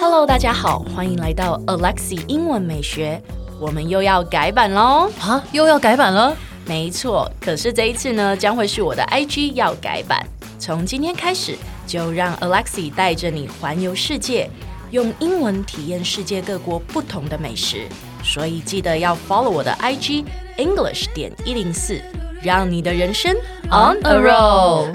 Hello，大家好，欢迎来到 Alexi 英文美学，我们又要改版喽。啊，又要改版了？没错，可是这一次呢，将会是我的 IG 要改版。从今天开始，就让 Alexi 带着你环游世界，用英文体验世界各国不同的美食。所以记得要 follow 我的 IG English 点一零四，让你的人生 on a roll。 And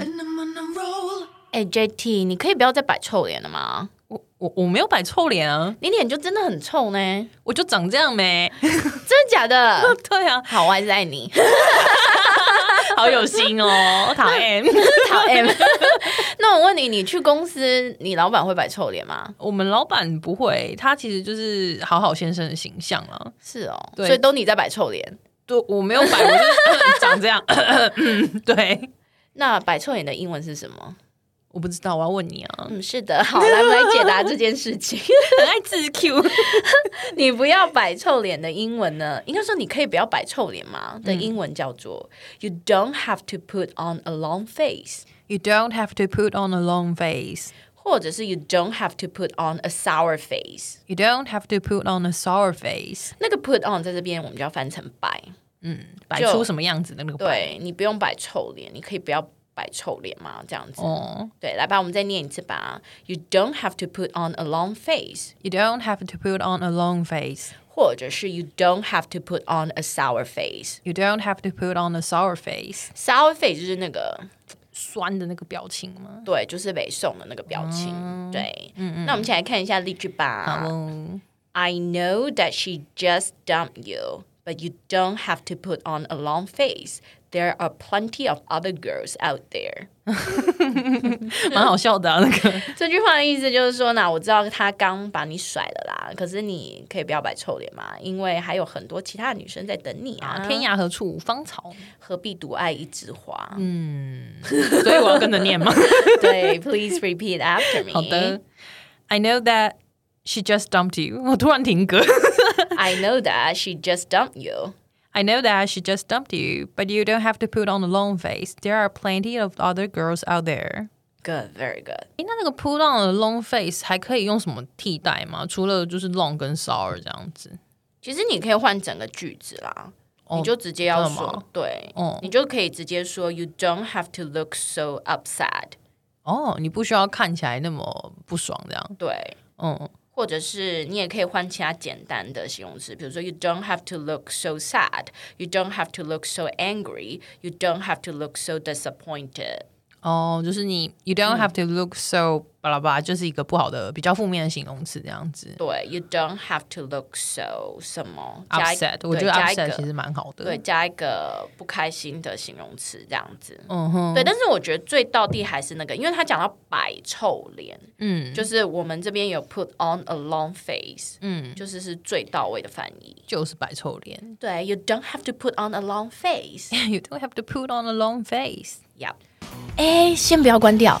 I'm on a roll. 哎、j t 你可以不要再摆臭脸了吗？我我我没有摆臭脸啊，你脸就真的很臭呢，我就长这样没。真的假的？ 对啊，好，我还是爱你。好有心哦，我讨厌。 讨厌。 那我问你，你去公司，你老板会摆臭脸吗？我们老板不会，他其实就是好好先生的形象啊。是哦，对所以都你在摆臭脸。对，我没有摆，我就是 长这样。嗯对，那摆臭脸的英文是什么？我不知道，我要问你啊，嗯，是的，好，来我们来解答这件事 情。很爱自 Q。你不要摆臭脸的英文呢，应该说你可以不要摆臭脸嘛的英文叫做、You don't have to put on a long face， You don't have to put on a long face. 或者是 You don't have to put on a sour face。 You don't have to put on a sour face. 那个 put on 在这边我们就要翻成白，摆就出什么样子的那个摆？对你不用摆臭脸，你可以不要摆臭脸嘛，这样子。哦对，来吧，我们再念一次吧。You don't have to put on a long face， ，You don't have to put on a long face. 或者是 You don't have to put on a sour face。 You don't have to put on a sour face. sour face 就是那个酸的那个表情吗？对，就是北宋的那个表情。对，那我们一起来看一下例句吧。嗯， I know that she just dumped you, but you don't have to put on a long face. There are plenty of other girls out there. 蛮好笑的、啊、那 个。这句话的意思就是说呢，我知道他刚把你甩了啦，可是你可以不要摆臭脸嘛，因为还有很多其他的女生在等你啊。天涯何处无芳草，何必独爱一枝花？嗯，所以我要跟着念吗？对，Please repeat after me。 好的。I know that she just dumped you。我突然停格。 ，I know that she just dumped you。 I know that she just dumped you, but you don't have to put on a long face. There are plenty of other girls out there. Good, very good. 诶，那那个 put on a long face 还可以用什么替代吗？除了就是 long 跟 sour 这样子。其实你可以换整个句子啦，你就直接要哦真的说吗，对，哦你就可以直接说，You don't have to look so upset，哦，你不需要看起来那么不爽这样。对，嗯，或者是你也可以换其他简单的形容词，比如说，You don't have to look so sad，You don't have to look so angry，You don't have to look so disappointed。哦，就是你，you don't have to look so 巴拉巴拉，就是一个不好的、比较负面的形容词这样子。对，You don't have to look so 什么加一 upset，对我觉得加一 upset 个其实蛮好的。对，，加一个不开心的形容词这样子。嗯哼，对，但是我觉得最到地还是那个，因为他讲到摆臭脸，嗯就是我们这边有 put on a long face，嗯，就是是最到位的翻译。就是摆臭脸。 对，You don't have to put on a long face。 you don't have to put on a long face。 Yep。哎，先不要关掉，